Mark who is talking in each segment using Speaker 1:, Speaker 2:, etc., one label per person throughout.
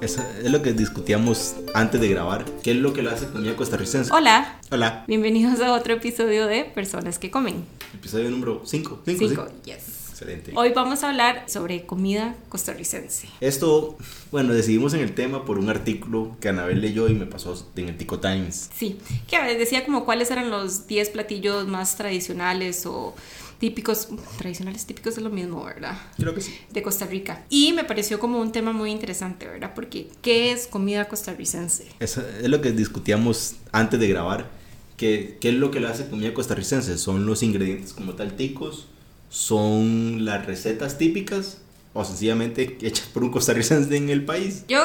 Speaker 1: es lo que discutíamos antes de grabar. ¿Qué es lo que lo hace comida costarricense?
Speaker 2: Hola,
Speaker 1: Hola,
Speaker 2: bienvenidos a otro episodio de Personas que Comen.
Speaker 1: episodio número 5. 5,
Speaker 2: Cinco, yes.
Speaker 1: Excelente.
Speaker 2: Hoy vamos a hablar sobre comida costarricense.
Speaker 1: Esto, bueno, decidimos en el tema por un artículo que Anabel leyó y me pasó en el Tico Times.
Speaker 2: Sí, que a ver, decía como cuáles eran los 10 platillos más tradicionales o típicos, tradicionales típicos es lo mismo, ¿verdad?
Speaker 1: Creo que sí.
Speaker 2: De Costa Rica. Y me pareció como un tema muy interesante, ¿verdad? Porque, ¿qué es comida costarricense?
Speaker 1: Eso es lo que discutíamos antes de grabar. ¿Qué, qué es lo que lo hace comida costarricense? Son los ingredientes como tal ticos, son las recetas típicas o sencillamente hechas por un costarricense en el país.
Speaker 2: Pues, Yo,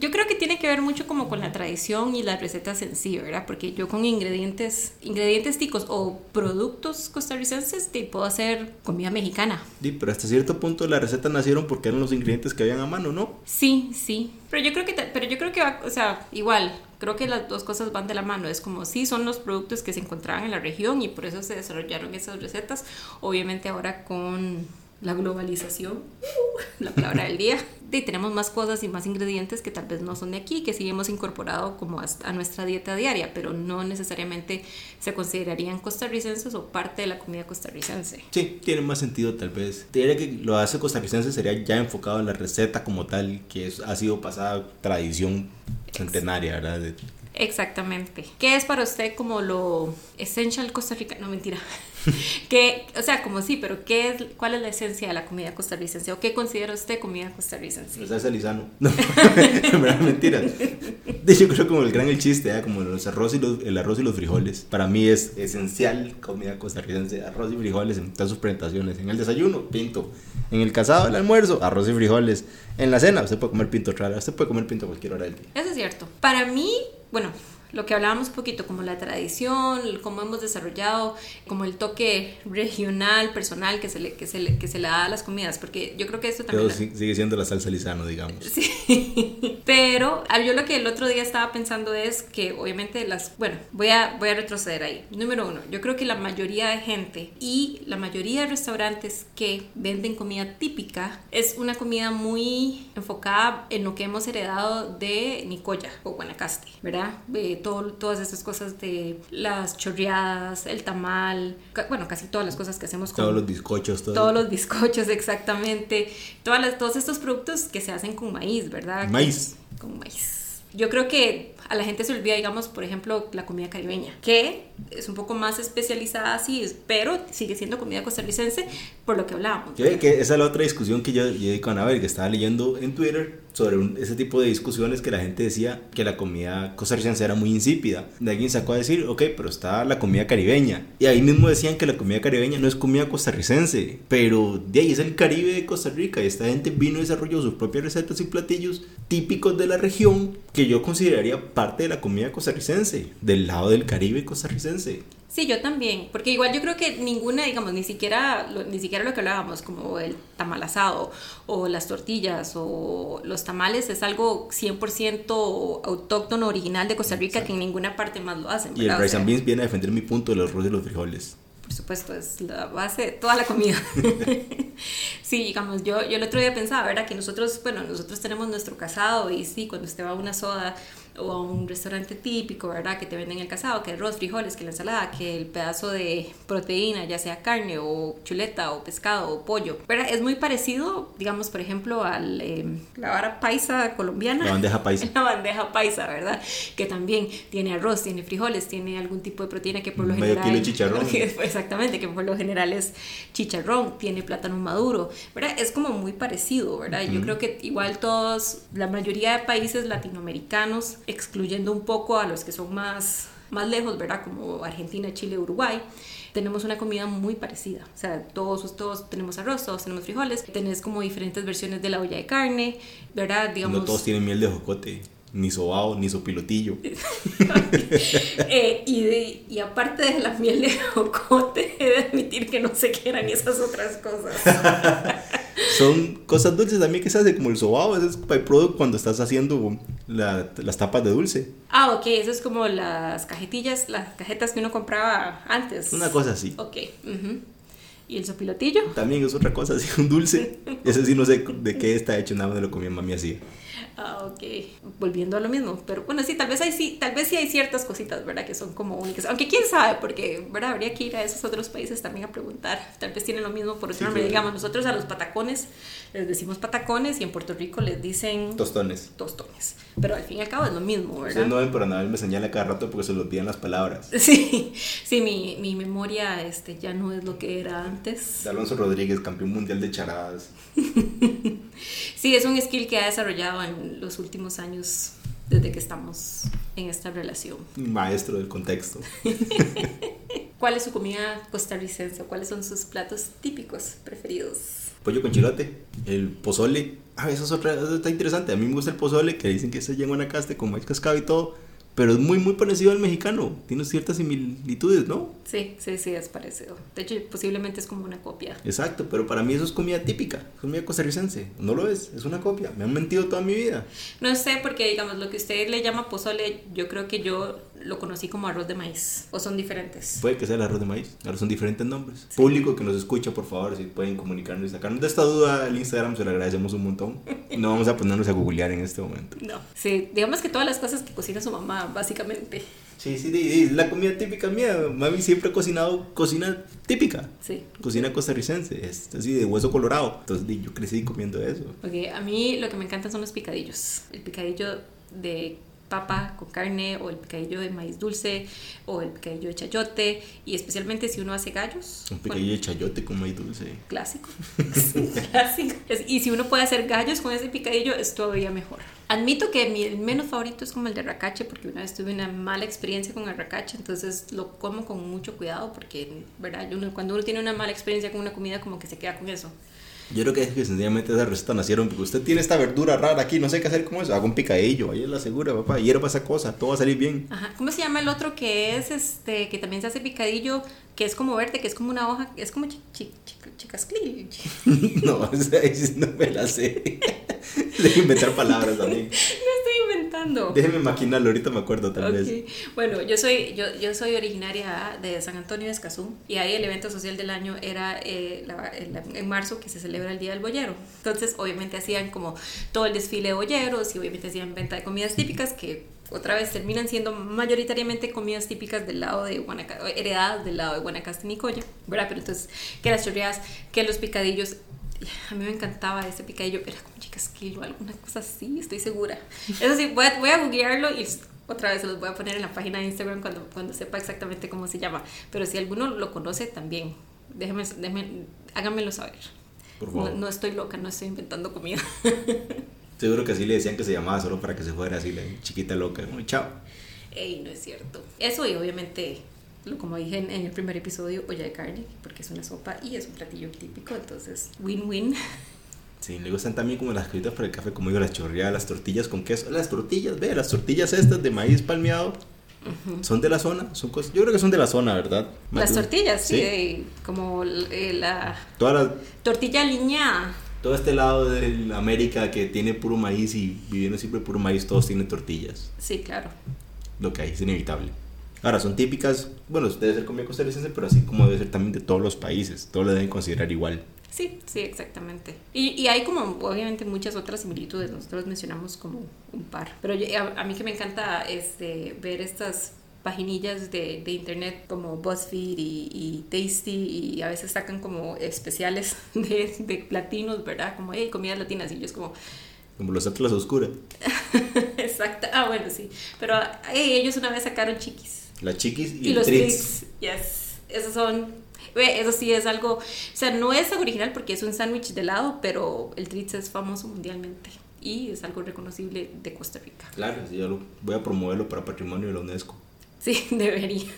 Speaker 2: yo creo que tiene que ver mucho como con la tradición y las recetas en sí, ¿verdad? Porque yo con ingredientes, ingredientes ticos o productos costarricenses te puedo hacer comida mexicana.
Speaker 1: Sí, pero hasta cierto punto las recetas nacieron porque eran los ingredientes que habían a mano, ¿no?
Speaker 2: Sí, sí. Pero yo creo que, ta- pero yo creo que va, o sea, igual, creo que las dos cosas van de la mano. Es como, sí, son los productos que se encontraban en la región y por eso se desarrollaron esas recetas. Obviamente ahora con la globalización, la palabra del día, y tenemos más cosas y más ingredientes que tal vez no son de aquí, que sí hemos incorporado como a, a nuestra dieta diaria, pero no necesariamente se considerarían costarricenses o parte de la comida costarricense.
Speaker 1: Sí, tiene más sentido tal vez. Te diría que lo hace costarricense sería ya enfocado en la receta como tal, que es- ha sido pasada tradición centenaria, ¿verdad? De-
Speaker 2: Exactamente. ¿Qué es para usted como lo essential costarricense? No, mentira. ¿Qué, o sea, como sí, pero ¿qué es, ¿cuál es la esencia de la comida costarricense? ¿O qué considera usted comida costarricense?
Speaker 1: Lo hace Lizano. No, en verdad, mentira. De hecho, creo como el gran el chiste, ¿eh? como los arroz y los, el arroz y los frijoles. Para mí es esencial comida costarricense, arroz y frijoles en todas sus presentaciones. En el desayuno, pinto. En el casado, el almuerzo, arroz y frijoles. En la cena, usted puede comer pinto otra hora, usted puede comer pinto a cualquier hora del día.
Speaker 2: Eso es cierto. Para mí, bueno, lo que hablábamos un poquito, como la tradición, el- cómo hemos desarrollado, como el toque regional, personal que se le, que se le, que se le da a las comidas, porque yo creo que esto también...
Speaker 1: Pero
Speaker 2: lo-
Speaker 1: sí- sigue siendo la salsa Lizano, digamos.
Speaker 2: Sí. Pero ah, yo lo que el otro día estaba pensando es que obviamente las... Bueno, voy a, voy a retroceder ahí. Número uno, yo creo que la mayoría de gente y la mayoría de restaurantes que venden comida típica es una comida muy enfocada en lo que hemos heredado de Nicoya o Guanacaste, ¿verdad? Eh, todo- todas esas cosas de las chorreadas, el tamal, ca- bueno, casi todas las cosas que hacemos con
Speaker 1: Todos los bizcochos, todo.
Speaker 2: todos los bizcochos, exactamente. Todas las, todos estos productos que se hacen con maíz, ¿verdad?
Speaker 1: Maíz.
Speaker 2: Con maíz. Yo creo que a la gente se olvida, digamos, por ejemplo, la comida caribeña, que es un poco más especializada, así, pero sigue siendo comida costarricense, por lo que hablábamos.
Speaker 1: Yo creo que esa es la otra discusión que yo llegué con Abel, que estaba leyendo en Twitter sobre un- ese tipo de discusiones que la gente decía que la comida costarricense era muy insípida. De alguien sacó a decir, ok, pero está la comida caribeña. Y ahí mismo decían que la comida caribeña no es comida costarricense, pero de ahí es el Caribe de Costa Rica. Y esta gente vino y desarrolló sus propias recetas y platillos típicos de la región que yo consideraría parte de la comida costarricense, del lado del Caribe costarricense.
Speaker 2: Sí, yo también, porque igual yo creo que ninguna, digamos, ni siquiera lo, ni siquiera lo que hablábamos, como el tamal asado o las tortillas o los tamales, es algo 100% autóctono, original de Costa Rica, que en ninguna parte más lo hacen.
Speaker 1: Y el
Speaker 2: ¿verdad? O
Speaker 1: rice
Speaker 2: sea,
Speaker 1: and beans viene a defender mi punto de los arroz y los frijoles.
Speaker 2: por supuesto, es la base de toda la comida. sí, digamos, yo, yo el otro día pensaba, ¿verdad? Que nosotros, bueno, nosotros tenemos nuestro casado y sí, cuando usted va a una soda o a un restaurante típico, ¿verdad? Que te venden el casado, que arroz, frijoles, que la ensalada, que el pedazo de proteína, ya sea carne o chuleta o pescado o pollo, ¿verdad? Es muy parecido, digamos, por ejemplo, al eh, la vara paisa colombiana.
Speaker 1: La bandeja paisa.
Speaker 2: La bandeja paisa, ¿verdad? Que también tiene arroz, tiene frijoles, tiene algún tipo de proteína que por lo
Speaker 1: Medio
Speaker 2: general...
Speaker 1: kilo de chicharrón.
Speaker 2: que- Exactamente, que por lo general es chicharrón, tiene plátano maduro, ¿verdad? Es como muy parecido, ¿verdad? Yo creo que igual todos, la mayoría de países latinoamericanos, excluyendo un poco a los que son más, más lejos, ¿verdad? Como Argentina, Chile, Uruguay, tenemos una comida muy parecida. O sea, todos, todos tenemos arroz, todos tenemos frijoles, tenés como diferentes versiones de la olla de carne, ¿verdad? Digamos,
Speaker 1: No todos tienen miel de jocote, ni sobao, ni sopilotillo.
Speaker 2: Eh, y, de- y aparte de la miel de jocote, he de admitir que no sé qué eran esas otras cosas.
Speaker 1: Son cosas dulces también que se hace, como el sobao, ese es byproduct cuando estás haciendo la- las tapas de dulce.
Speaker 2: Ah, ok, eso es como las cajetillas, las cajetas que uno compraba antes.
Speaker 1: Una cosa así.
Speaker 2: Ok. ujú. ¿Y el sopilotillo?
Speaker 1: También es otra cosa así, un dulce. Ese sí no sé de qué está hecho, nada más me lo comía mami así.
Speaker 2: Ah, ok. Volviendo a lo mismo. Pero bueno, sí, tal vez hay sí, tal vez sí hay ciertas cositas, ¿verdad? Que son como únicas. Aunque quién sabe, porque ¿verdad? habría que ir a esos otros países también a preguntar. Tal vez tienen lo mismo por otro
Speaker 1: Sí,
Speaker 2: nombre.
Speaker 1: claro.
Speaker 2: Digamos, nosotros a los patacones les decimos patacones y en Puerto Rico les dicen
Speaker 1: Tostones.
Speaker 2: tostones. Pero al fin y al cabo es lo mismo, ¿verdad?
Speaker 1: Ustedes no ven, pero Anabel me señala cada rato porque se le olvidan las palabras.
Speaker 2: Sí, sí, mi, mi memoria este, ya no es lo que era antes.
Speaker 1: Alonso Rodríguez, campeón mundial de charadas.
Speaker 2: Sí, es un skill que ha desarrollado en los últimos años desde que estamos en esta relación.
Speaker 1: Maestro del contexto.
Speaker 2: ¿Cuál es su comida costarricense? ¿Cuáles son sus platos típicos preferidos?
Speaker 1: Pollo con chilote, el pozole. Ah, eso es otra, eso está interesante. A mí me gusta el pozole, que dicen que se llega a caste con maíz cascado y todo. Pero es muy, muy parecido al mexicano. Tiene ciertas similitudes, ¿no?
Speaker 2: Sí, sí, sí, es parecido. De hecho, posiblemente es como una copia.
Speaker 1: Exacto, pero para mí eso es comida típica, es comida costarricense. No lo es, es una copia. Me han mentido toda mi vida.
Speaker 2: No sé, porque digamos, lo que usted le llama pozole, yo creo que yo lo conocí como arroz de maíz. ¿O son diferentes?
Speaker 1: Puede que sea el arroz de maíz. Ahora son diferentes nombres. Público que nos escucha, por favor, si pueden comunicarnos y sacarnos de esta duda al Instagram, se lo agradecemos un montón. No vamos a ponernos a googlear en este momento.
Speaker 2: No. Sí, digamos que todas las cosas que cocina su mamá, básicamente.
Speaker 1: Sí, sí, sí, sí, la comida típica mía. Mami siempre ha cocinado cocina típica.
Speaker 2: Sí.
Speaker 1: Cocina costarricense, es así de hueso colorado. Entonces di, yo crecí comiendo eso.
Speaker 2: Porque a mí lo que me encantan son los picadillos. El picadillo de papa con carne o el picadillo de maíz dulce o el picadillo de chayote y especialmente si uno hace gallos.
Speaker 1: Un
Speaker 2: bueno,
Speaker 1: pequeño chayote con maíz dulce.
Speaker 2: clásico. clásico. Es- Y si uno puede hacer gallos con ese picadillo es todavía mejor. Admito que mi el menos favorito es como el de racache porque una vez tuve una mala experiencia con el racache, entonces lo como con mucho cuidado porque, ¿verdad? Uno- cuando uno tiene una mala experiencia con una comida como que se queda con eso.
Speaker 1: Yo creo que es que sencillamente esas recetas nacieron porque usted tiene esta verdura rara aquí, no sé qué hacer con eso. Hago un picadillo, ahí es la segura, papá. Hierba esa cosa, todo va a salir bien.
Speaker 2: Ajá. ¿Cómo se llama el otro que es este que también se hace picadillo, que es como verde, que es como una hoja, es como chi, chi, chi- chicasclil?
Speaker 1: no, o sea, es- no me la sé. Deje inventar palabras también.
Speaker 2: Estoy inventando.
Speaker 1: Déjeme maquinarlo, ahorita me acuerdo tal vez.
Speaker 2: Ok. Bueno, yo soy yo, yo soy originaria de San Antonio de Escazú y ahí el evento social del año era eh, la- el- en marzo que se celebra el Día del Boyero. Entonces, obviamente hacían como todo el desfile de boyeros y obviamente hacían venta de comidas típicas que otra vez terminan siendo mayoritariamente comidas típicas del lado de Guanacaste, heredadas del lado de Guanacaste y Nicoya, ¿verdad? Pero entonces, que las chorreadas, que los picadillos, a mí me encantaba ese picadillo, era como chicasquilo, alguna cosa así, estoy segura. Eso sí, voy a, voy a googlearlo y otra vez se los voy a poner en la página de Instagram cuando, cuando sepa exactamente cómo se llama. Pero si alguno lo conoce también, déjeme, déjeme- háganmelo saber.
Speaker 1: Por
Speaker 2: No,
Speaker 1: favor.
Speaker 2: no estoy loca, no estoy inventando comida.
Speaker 1: Seguro que así le decían que se llamaba solo para que se fuera así, la chiquita loca. como, Chao.
Speaker 2: Ey, no es cierto. Eso y obviamente, lo como dije en, en el primer episodio, olla de carne, porque es una sopa y es un platillo típico, entonces win-win.
Speaker 1: Sí, le gustan también como las cositas para el café, como digo, las chorreadas, las tortillas con queso. Las tortillas, ve, las tortillas estas de maíz palmeado. Son de la zona, son cosas. Yo creo que son de la zona, ¿verdad?
Speaker 2: Las
Speaker 1: Matu?
Speaker 2: tortillas, sí, ey, como eh, la
Speaker 1: Todas las-
Speaker 2: tortilla aliñada.
Speaker 1: todo este lado de América que tiene puro maíz y viviendo siempre puro maíz, todos tienen tortillas.
Speaker 2: Sí, claro.
Speaker 1: Lo que hay es inevitable. Ahora, son típicas, bueno, debe ser comida costarricense, pero así como debe ser también de todos los países. Todos lo deben considerar igual.
Speaker 2: Sí, sí, exactamente. Y, y hay como obviamente muchas otras similitudes, nosotros mencionamos como un par, pero yo- a, a mí que me encanta este, ver estas paginillas de, de internet como BuzzFeed y, y Tasty y a veces sacan como especiales de, de latinos, ¿verdad? Como, hey, comidas latinas y yo es como,
Speaker 1: Como los Atlas Oscura.
Speaker 2: exacto, ah, bueno, sí, pero hey, ellos una vez sacaron chiquis.
Speaker 1: Las chiquis y,
Speaker 2: y los
Speaker 1: tricks.
Speaker 2: tricks. Yes. Esos son. ve, Eso sí es algo. O sea, no es original porque es un sándwich de helado, pero el Tritz es famoso mundialmente y es algo reconocible de Costa Rica.
Speaker 1: Claro, sí, yo lo- voy a promoverlo para patrimonio de la UNESCO.
Speaker 2: Sí, deberíamos.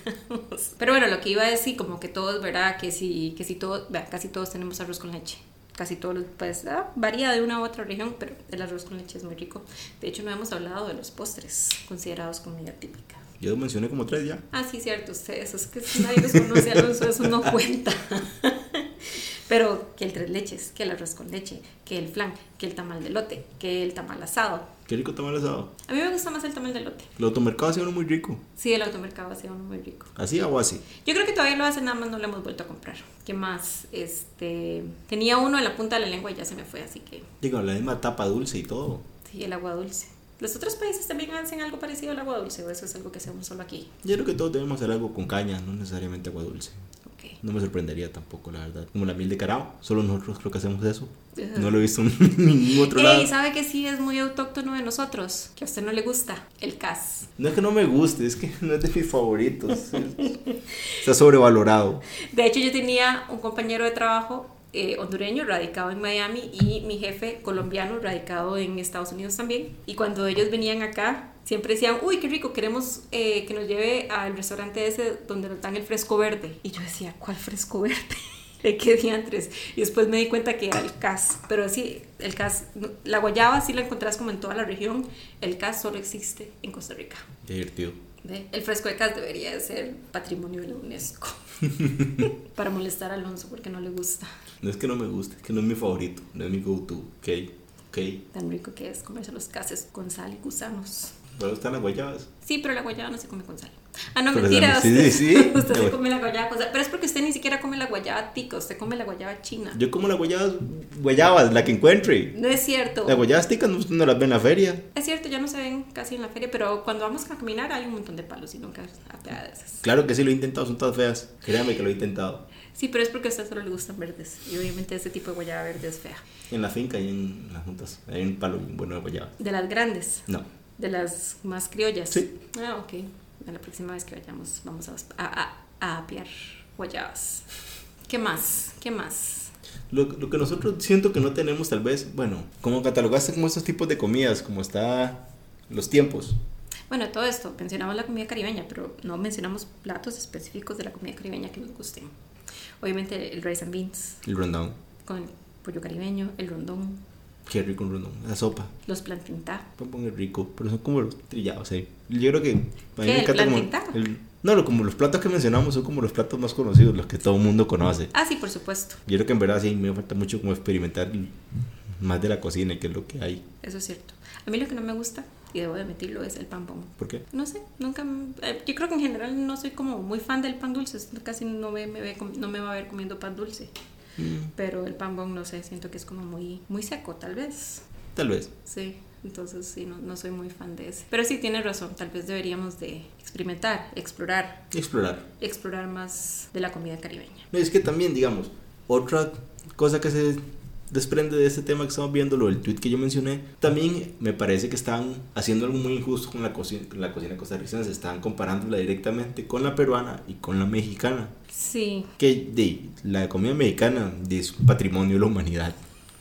Speaker 2: Pero bueno, lo que iba a decir, como que todos, ¿verdad? Que si, que si todos, vea, casi todos tenemos arroz con leche. Casi todos, los- pues ah, varía de una u otra región, pero el arroz con leche es muy rico. De hecho, no hemos hablado de los postres considerados comida típica.
Speaker 1: Yo mencioné como tres ya.
Speaker 2: Ah, sí, cierto, ustedes, es que nadie los conoce, Alonso, eso no cuenta. Pero que el tres leches, que el arroz con leche, que el flan, que el tamal de lote, que el tamal asado.
Speaker 1: Qué rico tamal asado.
Speaker 2: A mí me gusta más el tamal de lote.
Speaker 1: El automercado hace uno muy rico.
Speaker 2: Sí, el automercado hace uno muy rico.
Speaker 1: Así o así.
Speaker 2: Yo creo que todavía lo hacen, nada más no lo hemos vuelto a comprar. ¿Qué más? Este, tenía uno en la punta de la lengua y ya se me fue, así que
Speaker 1: Digo, la misma tapa dulce y todo.
Speaker 2: y el agua dulce. ¿Los otros países también hacen algo parecido al agua dulce o eso es algo que hacemos solo aquí?
Speaker 1: Yo creo que todos debemos hacer algo con caña, no necesariamente agua dulce.
Speaker 2: Ok.
Speaker 1: No me sorprendería tampoco, la verdad. Como la miel de carao, solo nosotros creo que hacemos eso.
Speaker 2: Ajá.
Speaker 1: No lo he visto en ningún otro lado.
Speaker 2: Ey, ¿sabe que sí es muy autóctono de nosotros? Que a usted no le gusta. El cas.
Speaker 1: No es que no me guste, es que no es de mis favoritos. Está sobrevalorado.
Speaker 2: De hecho, yo tenía un compañero de trabajo eh, hondureño radicado en Miami y mi jefe colombiano radicado en Estados Unidos también. Y cuando ellos venían acá, siempre decían, uy, qué rico, queremos eh, que nos lleve al restaurante ese donde nos dan el fresco verde. Y yo decía, ¿cuál fresco verde? ¿De qué diantres? Y después me di cuenta que era el cas. Pero sí, el cas, no- la guayaba sí la encontrás como en toda la región. El cas solo existe en Costa Rica.
Speaker 1: Qué divertido.
Speaker 2: ¿Ve? El fresco de cas debería de ser patrimonio de la UNESCO. Para molestar a Alonso porque no le gusta.
Speaker 1: No es que no me guste, es que no es mi favorito, no es mi go-to. Ok, ok.
Speaker 2: Tan rico que es comerse los cases con sal y gusanos.
Speaker 1: ¿Dónde están las guayabas?
Speaker 2: Sí, pero la guayaba no se come con sal. Ah, no,
Speaker 1: Pero
Speaker 2: mentira.
Speaker 1: sí, sí,
Speaker 2: usted,
Speaker 1: sí.
Speaker 2: usted
Speaker 1: Ya
Speaker 2: se
Speaker 1: voy.
Speaker 2: come la guayaba con sal. Pero es porque usted ni siquiera come la guayaba tica, usted come la guayaba china.
Speaker 1: Yo como las guayabas, guayabas, la que encuentre.
Speaker 2: No es cierto.
Speaker 1: Las guayabas ticas no, no las ve en la feria.
Speaker 2: Es cierto, ya no se ven casi en la feria, pero cuando vamos a caminar hay un montón de palos y nunca atea de esas.
Speaker 1: Claro que sí, lo he intentado, son todas feas. Créame que lo he intentado.
Speaker 2: Sí, pero es porque a usted solo le gustan verdes. Y obviamente ese tipo de guayaba verde es fea.
Speaker 1: En la finca y en las juntas hay un palo bien bueno de guayabas.
Speaker 2: De las grandes.
Speaker 1: No,
Speaker 2: De las más criollas.
Speaker 1: Sí.
Speaker 2: Ah, ok. A la próxima vez que vayamos, vamos a, a, a- a apiar guayabas. ¿Qué más? ¿Qué más?
Speaker 1: Lo, lo que nosotros siento que no tenemos tal vez, bueno, como catalogaste como estos tipos de comidas, como está los tiempos.
Speaker 2: Bueno, todo esto, mencionamos la comida caribeña, pero no mencionamos platos específicos de la comida caribeña que nos gusten. Obviamente el rice and beans
Speaker 1: El rondón.
Speaker 2: con el pollo caribeño, el rondón,
Speaker 1: Qué rico un rondón. La sopa.
Speaker 2: los plantinta.
Speaker 1: Pampón es rico, pero son como los trillados ahí. Yo creo que a mí
Speaker 2: ¿Qué, el
Speaker 1: como...
Speaker 2: plantintado?
Speaker 1: el- no, lo- como los platos que mencionamos son como los platos más conocidos, los que todo el mundo conoce.
Speaker 2: Ah, sí, por supuesto,
Speaker 1: Yo creo que en verdad sí me falta mucho como experimentar más de la cocina y qué es lo que hay.
Speaker 2: eso es cierto. A mí lo que no me gusta, y debo admitirlo, es el pampón.
Speaker 1: ¿Por qué?
Speaker 2: No sé, nunca. eh, Yo creo que en general no soy como muy fan del pan dulce. Casi no me, me ve com- no me va a ver comiendo pan dulce.
Speaker 1: Mm,
Speaker 2: Pero el pan bon, no sé, siento que es como muy, muy seco, tal vez.
Speaker 1: tal vez.
Speaker 2: Sí, entonces sí, no, no soy muy fan de ese. Pero sí, tiene razón, tal vez deberíamos de experimentar, explorar,
Speaker 1: Explorar.
Speaker 2: explorar más de la comida caribeña.
Speaker 1: No, es que también, digamos, otra cosa que se desprende de este tema que estamos viendo, lo del tweet que yo mencioné, también me parece que están haciendo algo muy injusto con la, cocina, la cocina costarricense, están comparándola directamente con la peruana y con la mexicana,
Speaker 2: Sí,
Speaker 1: que de, la comida mexicana es un patrimonio de la humanidad.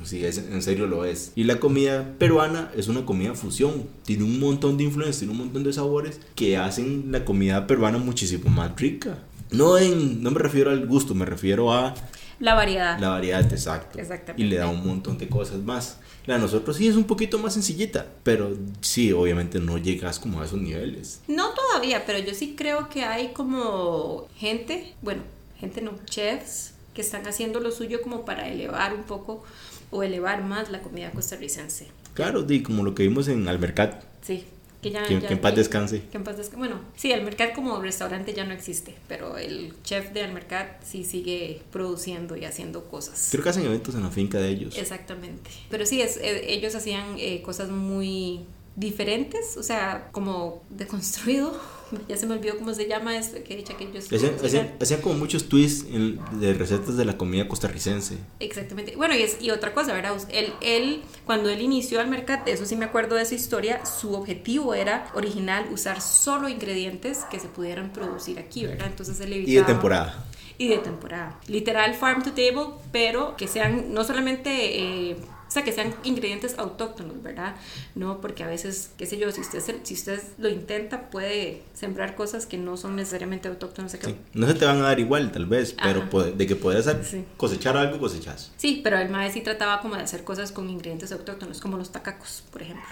Speaker 1: Sí, es- en serio lo es. Y la comida peruana es una comida fusión. Tiene un montón de influencias, tiene un montón de sabores que hacen la comida peruana muchísimo más rica. No, en, no me refiero al gusto, me refiero a
Speaker 2: la variedad.
Speaker 1: la variedad, exacto.
Speaker 2: Ah. Exactamente.
Speaker 1: Y le da un montón de cosas más. La de nosotros sí es un poquito más sencillita, pero sí, obviamente no llegas como a esos niveles.
Speaker 2: No todavía, pero yo sí creo que hay como gente, bueno, gente no, chefs, que están haciendo lo suyo como para elevar un poco o elevar más la comida costarricense.
Speaker 1: Claro, di, como lo que vimos en Almercat,
Speaker 2: Sí, que ya...
Speaker 1: que,
Speaker 2: Ah, ya-
Speaker 1: que en paz descanse.
Speaker 2: que en paz desca- Bueno, sí, el mercado como restaurante ya no existe, pero el chef de mercado sí sigue produciendo y haciendo cosas.
Speaker 1: Creo que hacen eventos en la finca de ellos.
Speaker 2: Exactamente. Pero sí, es, eh, ellos hacían eh, cosas muy diferentes, o sea, como deconstruido. Ya se me olvidó cómo se llama esto, que he dicho que ellos...
Speaker 1: Hacían, hacían- hacían como muchos twists en- de recetas de la comida costarricense.
Speaker 2: Exactamente. Bueno, y, es, y otra cosa, ¿verdad? Us- Él, él, cuando él inició al mercado, eso sí me acuerdo de su historia, su objetivo era original usar solo ingredientes que se pudieran producir aquí, ¿verdad? Entonces él evitaba...
Speaker 1: Y de temporada.
Speaker 2: y de temporada. Literal farm to table, pero que sean no solamente, eh, o sea, que sean ingredientes autóctonos, ¿verdad? No, porque a veces, qué sé yo, si usted, se- si usted lo intenta, puede sembrar cosas que no son necesariamente autóctonas. acá.
Speaker 1: Sí. No se te van a dar igual, tal vez, pero
Speaker 2: Ajá.
Speaker 1: pod- de que podrías ha-
Speaker 2: Sí.
Speaker 1: cosechar algo, cosechas.
Speaker 2: Sí, pero el maestro sí trataba como de hacer cosas con ingredientes autóctonos, como los tacacos, por ejemplo,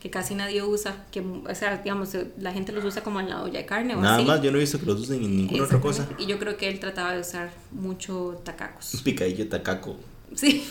Speaker 2: que casi nadie usa, que, o sea, digamos, eh, la gente los usa como en la olla de carne o
Speaker 1: Nada
Speaker 2: así.
Speaker 1: más, yo no he visto que los usen en ninguna otra cosa.
Speaker 2: Exactamente. Y yo creo que él trataba de usar mucho tacacos.
Speaker 1: Un picadillo de tacaco.
Speaker 2: Sí.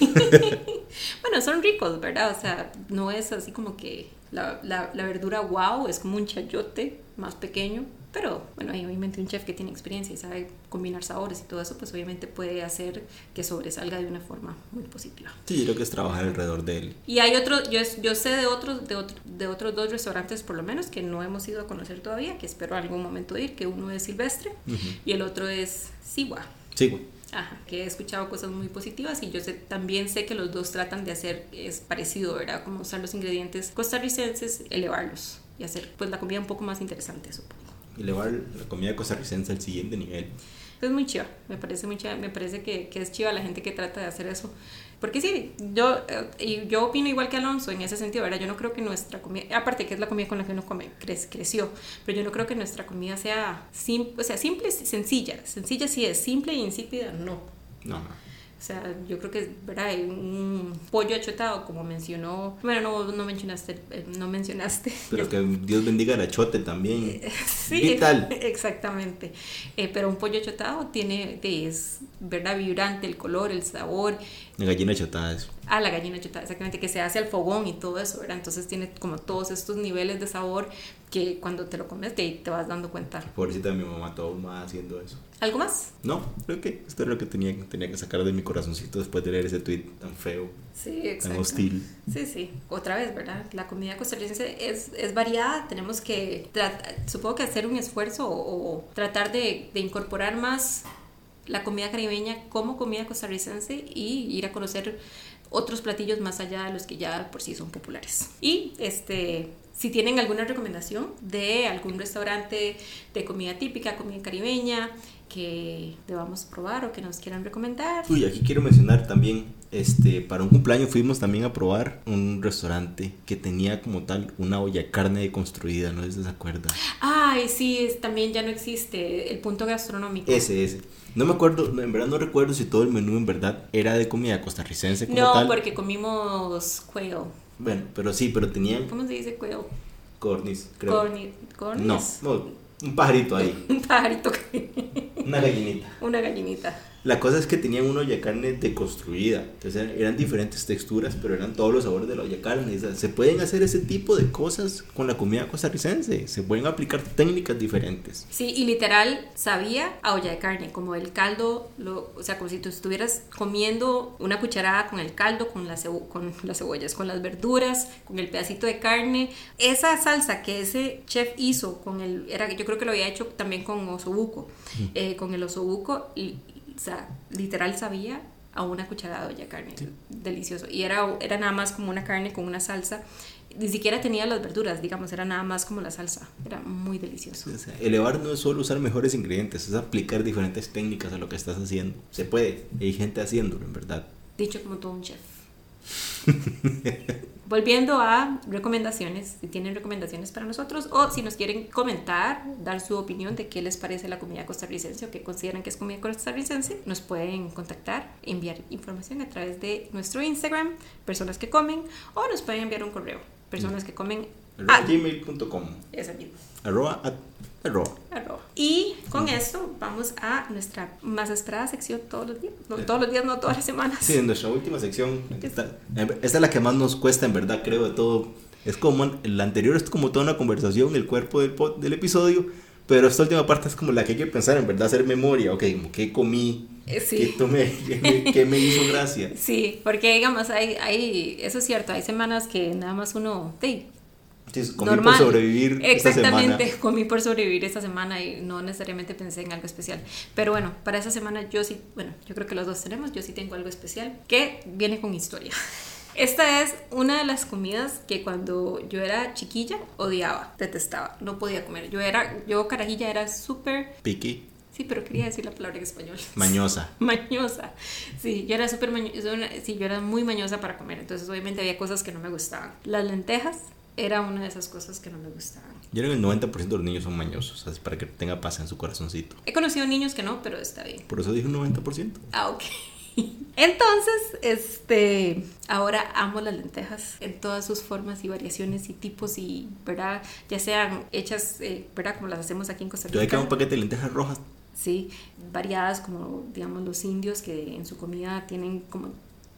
Speaker 2: bueno, son ricos, ¿verdad? O sea, no es así como que la, la- la verdura wow, es como un chayote más pequeño Pero bueno, ahí obviamente un chef que tiene experiencia y sabe combinar sabores y todo eso, pues obviamente puede hacer que sobresalga de una forma muy positiva.
Speaker 1: Sí, yo creo que es trabajar alrededor de él.
Speaker 2: Y hay otro, yo, yo sé de otros, de, otro- de otros dos restaurantes por lo menos que no hemos ido a conocer todavía, que espero algún momento ir, que uno es Silvestre y el otro es Siwa.
Speaker 1: Sí, güey.
Speaker 2: Ajá, que he escuchado cosas muy positivas y yo sé, también sé que los dos tratan de hacer es parecido, ¿verdad? Como usar los ingredientes costarricenses, elevarlos y hacer pues la comida un poco más interesante, supongo.
Speaker 1: elevar la comida costarricense al siguiente nivel.
Speaker 2: Es muy chiva, me parece muy chiva, me parece que, que es chiva la gente que trata de hacer eso. Porque sí, yo, eh, y yo opino igual que Alonso en ese sentido, ¿verdad? Yo no creo que nuestra comida, aparte que es la comida con la que uno come, cre- creció, pero yo no creo que nuestra comida sea, sim- o sea simple, sencilla, sencilla sí es, simple e insípida no.
Speaker 1: No, no.
Speaker 2: O sea, yo creo que es verdad, hay un pollo achotado, como mencionó. Bueno, no, no mencionaste. eh, No mencionaste.
Speaker 1: Pero que Dios bendiga la chote también.
Speaker 2: Eh, Sí,
Speaker 1: Vital.
Speaker 2: exactamente. Eh, pero un pollo achotado tiene, es, ¿verdad? Vibrante, el color, el sabor,
Speaker 1: La gallina chotada eso.
Speaker 2: a la gallina achotada, exactamente, que se hace al fogón y todo eso, ¿verdad? Entonces tiene como todos estos niveles de sabor que cuando te lo comes te, te vas dando cuenta.
Speaker 1: Pobrecita mi mamá, todo más haciendo eso.
Speaker 2: ¿Algo más?
Speaker 1: No, creo que esto es lo que tenía, tenía que sacar de mi corazoncito después de leer ese tweet tan feo,
Speaker 2: Sí,
Speaker 1: tan
Speaker 2: exacto.
Speaker 1: hostil.
Speaker 2: Sí, sí, otra vez, ¿verdad? La comida costarricense es, es variada, tenemos que, trat- supongo que hacer un esfuerzo o, o tratar de, de incorporar más la comida caribeña como comida costarricense y ir a conocer otros platillos más allá de los que ya por sí son populares. Y este, si tienen alguna recomendación de algún restaurante de comida típica, comida caribeña, que debamos probar o que nos quieran recomendar.
Speaker 1: Uy, aquí quiero mencionar también, este, para un cumpleaños fuimos también a probar un restaurante que tenía como tal una olla de carne deconstruida, no sé si se acuerda.
Speaker 2: Ay, sí, es- también ya no existe el punto gastronómico.
Speaker 1: Ese, ese. No me acuerdo, en verdad no recuerdo si todo el menú en verdad era de comida costarricense como
Speaker 2: No,
Speaker 1: tal.
Speaker 2: porque comimos quail.
Speaker 1: Bueno, pero sí, pero tenían
Speaker 2: ¿Cómo se dice quail?
Speaker 1: cornis, creo.
Speaker 2: Corni, cornis.
Speaker 1: No, no, un pajarito ahí,
Speaker 2: Un pajarito, que-
Speaker 1: una gallinita.
Speaker 2: una gallinita.
Speaker 1: La cosa es que tenían una olla de carne deconstruida. Entonces eran, eran diferentes texturas, pero eran todos los sabores de la olla de carne. O sea, se pueden hacer ese tipo de cosas con la comida costarricense. Se pueden aplicar técnicas diferentes.
Speaker 2: Sí, y literal sabía a olla de carne, como el caldo, lo, o sea, como si tú estuvieras comiendo una cucharada con el caldo, con, la cebo- con las cebollas, con las verduras, con el pedacito de carne. Esa salsa que ese chef hizo con el, era, yo creo que lo había hecho también con osobuco, eh, con el osobuco, y, o sea, literal sabía a una cucharada de olla de carne, delicioso. Y era, era nada más como una carne con una salsa. Ni siquiera tenía las verduras, digamos, era nada más como la salsa. Era muy delicioso.
Speaker 1: O sea, elevar no es solo usar mejores ingredientes, es aplicar diferentes técnicas a lo que estás haciendo. Se puede, hay gente haciéndolo, en verdad.
Speaker 2: Dicho como todo un chef. Volviendo a recomendaciones, si tienen recomendaciones para nosotros o si nos quieren comentar, dar su opinión de qué les parece la comida costarricense o qué consideran que es comida costarricense, nos pueden contactar, enviar información a través de nuestro Instagram, personas que comen, o nos pueden enviar un correo, personas que comen.
Speaker 1: Arroba
Speaker 2: Ah,
Speaker 1: gmail.com.
Speaker 2: esa misma.
Speaker 1: Arroba, at- arroba.
Speaker 2: Arroba. Y con esto vamos a nuestra más esperada sección todos los días. No, todos los días, no todas las semanas.
Speaker 1: Sí, en nuestra última sección. Esta, esta es la que más nos cuesta, en verdad, creo, de todo. Es como, la anterior es como toda una conversación, el cuerpo del, pod- del episodio, pero esta última parte es como la que hay que pensar, en verdad, hacer memoria. Ok, como qué comí,
Speaker 2: Eh, sí.
Speaker 1: qué tomé, qué me, qué me hizo gracia.
Speaker 2: Sí, porque digamos, hay, hay, eso es cierto, hay semanas que nada más uno, sí,
Speaker 1: Entonces, comí
Speaker 2: normal.
Speaker 1: por sobrevivir esta semana.
Speaker 2: Exactamente, comí por sobrevivir esta semana y no necesariamente pensé en algo especial. Pero bueno, para esta semana yo sí, bueno, yo creo que los dos tenemos, yo sí tengo algo especial que viene con historia. Esta es una de las comidas que cuando yo era chiquilla odiaba, detestaba, no podía comer. Yo era, yo carajilla era súper,
Speaker 1: Piqui,
Speaker 2: sí, pero quería decir la palabra en español.
Speaker 1: mañosa.
Speaker 2: Mañosa. Sí, yo era súper mañosa. Sí, yo era muy mañosa para comer. Entonces, obviamente, había cosas que no me gustaban. Las lentejas era una de esas cosas que no me gustaban.
Speaker 1: Yo creo que el 90% de los niños son mañosos, así para que tenga paz en su corazoncito.
Speaker 2: He conocido niños que no, pero está bien.
Speaker 1: Por eso dije un 90%.
Speaker 2: Ah, ok. Entonces, este, ahora amo las lentejas en todas sus formas y variaciones y tipos y, ¿verdad? Ya sean hechas, eh, ¿verdad? Como las hacemos aquí en Costa
Speaker 1: Yo
Speaker 2: Rica.
Speaker 1: he quedado un paquete de lentejas rojas.
Speaker 2: ¿sí? Variadas como, digamos, los indios que en su comida tienen como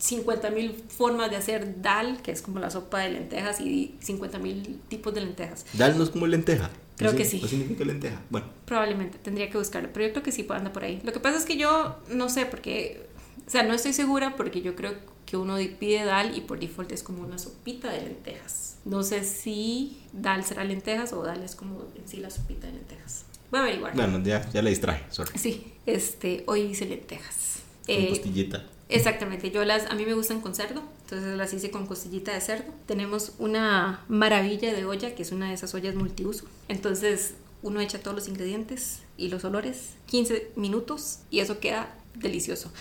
Speaker 2: 50.000 formas de hacer dal, que es como la sopa de lentejas, y 50.000 tipos de lentejas.
Speaker 1: Dal no es como lenteja.
Speaker 2: Creo
Speaker 1: No
Speaker 2: que
Speaker 1: sé,
Speaker 2: sí.
Speaker 1: ¿No significa lenteja? Bueno,
Speaker 2: Probablemente, tendría que buscarlo, pero yo creo que sí anda por ahí. Lo que pasa es que yo no sé, porque, o sea, no estoy segura porque yo creo que uno di- pide dal y por default es como una sopita de lentejas. No sé si dal será lentejas o dal es como en sí la sopita de lentejas. Voy a averiguar.
Speaker 1: bueno ya, ya la distraje, sorry.
Speaker 2: Sí, este, hoy hice lentejas.
Speaker 1: Con
Speaker 2: Eh,
Speaker 1: costillita.
Speaker 2: Exactamente, yo las, a mí me gustan con cerdo, entonces las hice con costillita de cerdo. Tenemos una maravilla de olla, que es una de esas ollas multiuso. Entonces uno echa todos los ingredientes y los olores, 15 minutos y eso queda delicioso.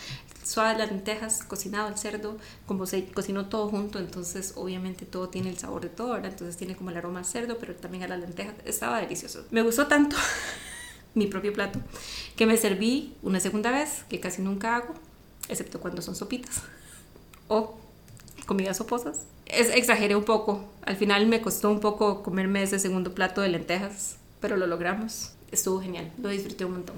Speaker 2: Suaves las lentejas, cocinado el cerdo, como se cocinó todo junto, entonces obviamente todo tiene el sabor de todo, ¿verdad? Entonces tiene como el aroma al cerdo, pero también a la lenteja. Estaba delicioso. Me gustó tanto mi propio plato, que me serví una segunda vez, que casi nunca hago, excepto cuando son sopitas o comidas soposas. Es, exageré un poco, al final me costó un poco comerme ese segundo plato de lentejas, pero lo logramos. Estuvo genial, lo disfruté un montón.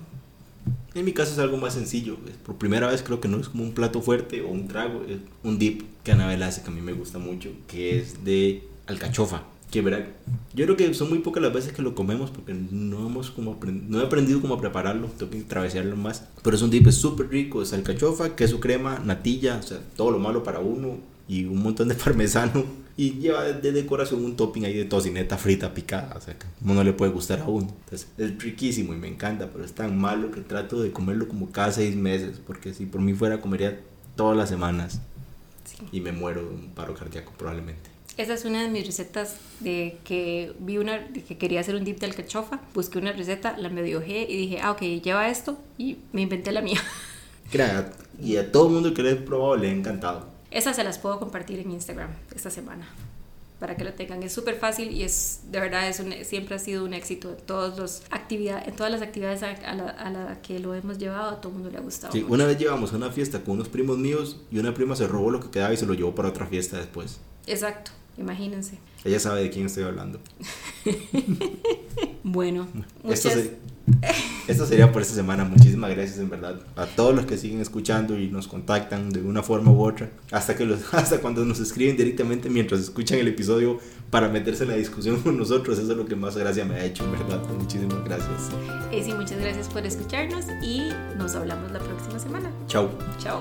Speaker 1: En mi caso es algo más sencillo. pues, Por primera vez creo que no es como un plato fuerte o un trago, es un dip que Anabel hace que a mí me gusta mucho, que es de alcachofa. Que verá, yo creo que son muy pocas las veces que lo comemos porque no hemos como apren- no he aprendido cómo prepararlo, tengo que travesearlo más. Pero es un dip es súper rico, es alcachofa, queso crema, natilla, o sea, todo lo malo para uno y un montón de parmesano. Y lleva de, de decoración un topping ahí de tocineta frita picada, o sea, que no le puede gustar a uno. Entonces, es riquísimo y me encanta, pero es tan malo que trato de comerlo como cada seis meses, porque si por mí fuera comería todas las semanas
Speaker 2: Sí.
Speaker 1: y me muero de un paro cardíaco probablemente.
Speaker 2: Esa es una de mis recetas de que vi una de que quería hacer un dip de alcachofa, busqué una receta, la medio y dije, ah, ok, lleva esto y me inventé la mía.
Speaker 1: Crea, y a todo el mundo que le he probado le ha encantado.
Speaker 2: Esas se las puedo compartir en Instagram esta semana para que lo tengan. Es súper fácil y es de verdad es un- siempre ha sido un éxito en todos los actividad, en todas las actividades a, a la, a la que lo hemos llevado a todo el mundo le ha gustado.
Speaker 1: Sí,
Speaker 2: mucho.
Speaker 1: una vez llevamos a una fiesta con unos primos míos y una prima se robó lo que quedaba y se lo llevó para otra fiesta después.
Speaker 2: Exacto, imagínense.
Speaker 1: Ella sabe de quién estoy hablando.
Speaker 2: Bueno,
Speaker 1: Esto,
Speaker 2: muchas,
Speaker 1: se- esto sería por esta semana. Muchísimas gracias en verdad a todos los que siguen escuchando y nos contactan de una forma u otra. Hasta, que los, hasta cuando nos escriben directamente mientras escuchan el episodio para meterse en la discusión con nosotros. Eso es lo que más gracia me ha hecho, en verdad. Muchísimas gracias.
Speaker 2: eh, sí, muchas gracias por escucharnos y nos hablamos la próxima semana.
Speaker 1: Chao.
Speaker 2: Chao.